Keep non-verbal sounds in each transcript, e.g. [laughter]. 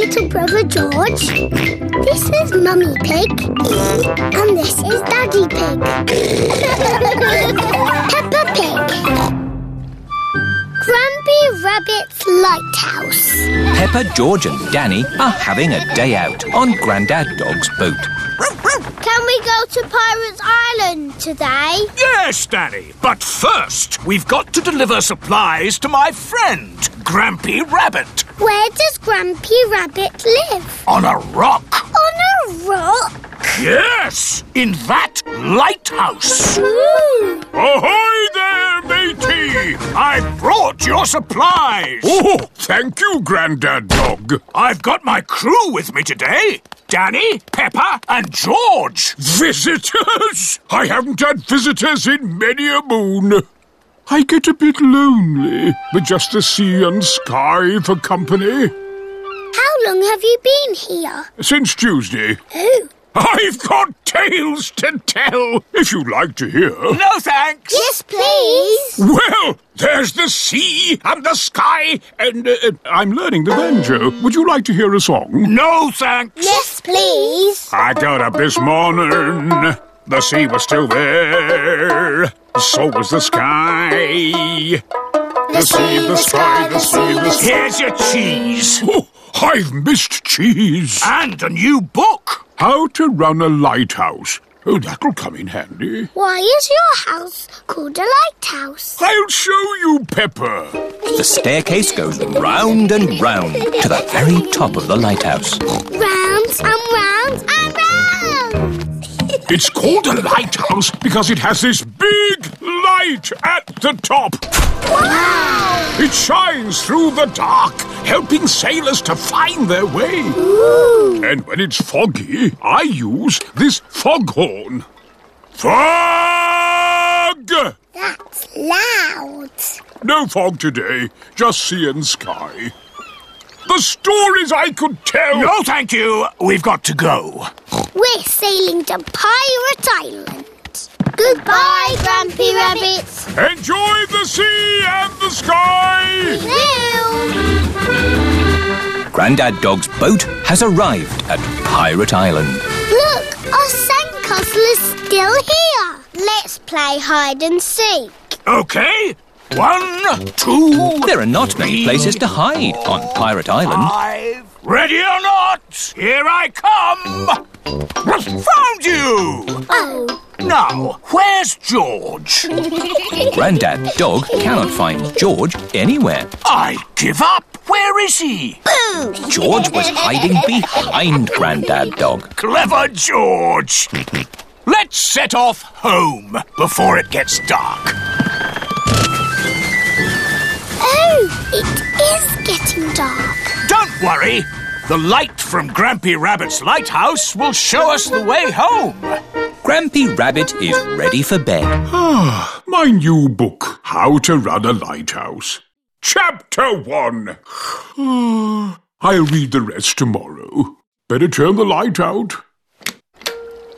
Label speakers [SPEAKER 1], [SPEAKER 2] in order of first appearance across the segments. [SPEAKER 1] Uncle George. This is Mummy Pig. And this is Daddy Pig. [laughs] Peppa Pig. Grumpy Rabbit's Lighthouse.
[SPEAKER 2] Pepper, George, and Danny are having a day out on Grandad Dog's boat.
[SPEAKER 1] Can we go to Pirates Island today?
[SPEAKER 3] Yes, Danny. But first, we've got to deliver supplies to my friend, Grampy Rabbit,
[SPEAKER 1] Where does Grumpy Rabbit live?
[SPEAKER 3] on a rock.
[SPEAKER 1] On a rock?
[SPEAKER 3] Yes, in that lighthouse.
[SPEAKER 1] Ooh.
[SPEAKER 3] Ahoy there, matey! I brought your supplies. Oh, thank you, Grandad Dog. I've got my crew with me today. Danny, Pepper, and George. Visitors? I haven't had visitors in many a moon. I get a bit lonely with just the sea and sky for company
[SPEAKER 1] How long have you been here?
[SPEAKER 3] since Tuesday.
[SPEAKER 1] Who?
[SPEAKER 3] I've got tales to tell, if you'd like to hear. No, thanks.
[SPEAKER 1] Yes, please.
[SPEAKER 3] Well, there's the sea and the sky, and uh, I'm learning the banjo. Would you like to hear a song? No, thanks.
[SPEAKER 1] Yes, please.
[SPEAKER 3] I got up this morning. The sea was still there. So was the sky.
[SPEAKER 1] The sea, the sky, the sea, the sky.
[SPEAKER 3] Here's your cheese. Oh, I've missed cheese. And a new book. How to run a lighthouse. Oh, that'll come in handy.
[SPEAKER 1] Why is your house called a lighthouse?
[SPEAKER 3] I'll show you, Pepper.
[SPEAKER 2] The staircase goes round and round to the very top of the lighthouse.
[SPEAKER 1] Round and round and round.
[SPEAKER 3] It's called a lighthouse because it has this big light at the top.
[SPEAKER 1] Wow.
[SPEAKER 3] It shines through the dark, helping sailors to find their way. And when it's foggy, I use this foghorn. Fog!
[SPEAKER 1] That's loud.
[SPEAKER 3] No fog today, just sea and sky. The stories I could tell. No, thank you. We've got to go.
[SPEAKER 1] We're sailing to Pirate Island. Goodbye, Grumpy Rabbit.
[SPEAKER 3] Enjoy the sea and the sky.
[SPEAKER 2] Grandad Dog's boat has arrived at Pirate Island.
[SPEAKER 1] Look, our sandcastle is still here. Let's play hide and seek. [laughs]
[SPEAKER 3] Okay. One, two,
[SPEAKER 2] There are not many places to hide on Pirate Island.
[SPEAKER 3] five. Ready or not, here I come. Found you.
[SPEAKER 1] Oh.
[SPEAKER 3] Now, where's George?
[SPEAKER 2] Grandad Dog cannot find George anywhere.
[SPEAKER 3] I give up. Where is he?
[SPEAKER 2] George was hiding behind Grandad Dog.
[SPEAKER 3] Clever George. Let's set off home before it gets dark.
[SPEAKER 1] Oh, it is getting dark.
[SPEAKER 3] Don't worry. The light from Grampy Rabbit's lighthouse will show us the way home.
[SPEAKER 2] Grampy Rabbit is ready for bed.
[SPEAKER 3] My new book, How to Run a Lighthouse. Chapter 1. [sighs] I'll read the rest tomorrow. Better turn the light out.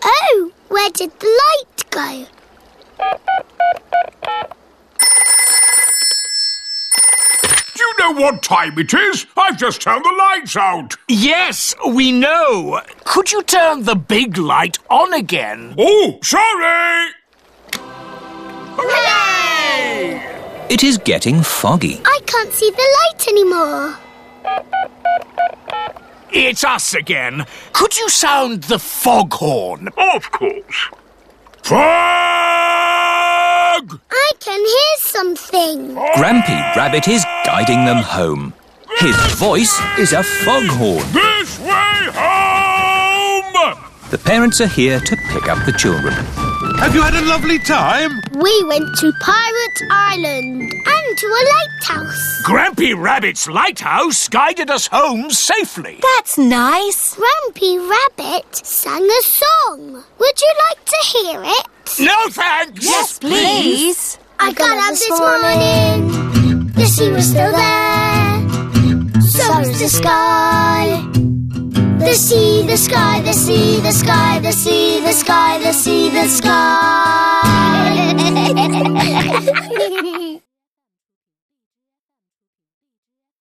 [SPEAKER 1] Oh, where did the light go?
[SPEAKER 3] Do you know what time it is? I've just turned the lights out.
[SPEAKER 4] Yes, we know. Could you turn the big light on again?
[SPEAKER 3] Oh, sorry! Hooray!
[SPEAKER 2] It is getting foggy.
[SPEAKER 1] I can't see the light anymore.
[SPEAKER 4] It's us again. Could you sound the foghorn?
[SPEAKER 3] Of course. Fog!
[SPEAKER 1] I can hear something.
[SPEAKER 2] Grampy Rabbit is guiding them home. His voice is a foghorn.
[SPEAKER 3] This way home!
[SPEAKER 2] The parents are here to pick up the children.
[SPEAKER 5] Have you had a lovely time?
[SPEAKER 1] We went to Pirate Island and to a lighthouse.
[SPEAKER 3] Grampy Rabbit's lighthouse guided us home safely.
[SPEAKER 6] That's nice.
[SPEAKER 1] Grumpy Rabbit sang a song. Would you like to hear it?
[SPEAKER 3] No thanks!
[SPEAKER 6] Please.
[SPEAKER 1] I got up this morning. The sea was still there. So was the sky. The sea, the sky, the sea, the sky, the sea, the [laughs] sky, the sea, the sky.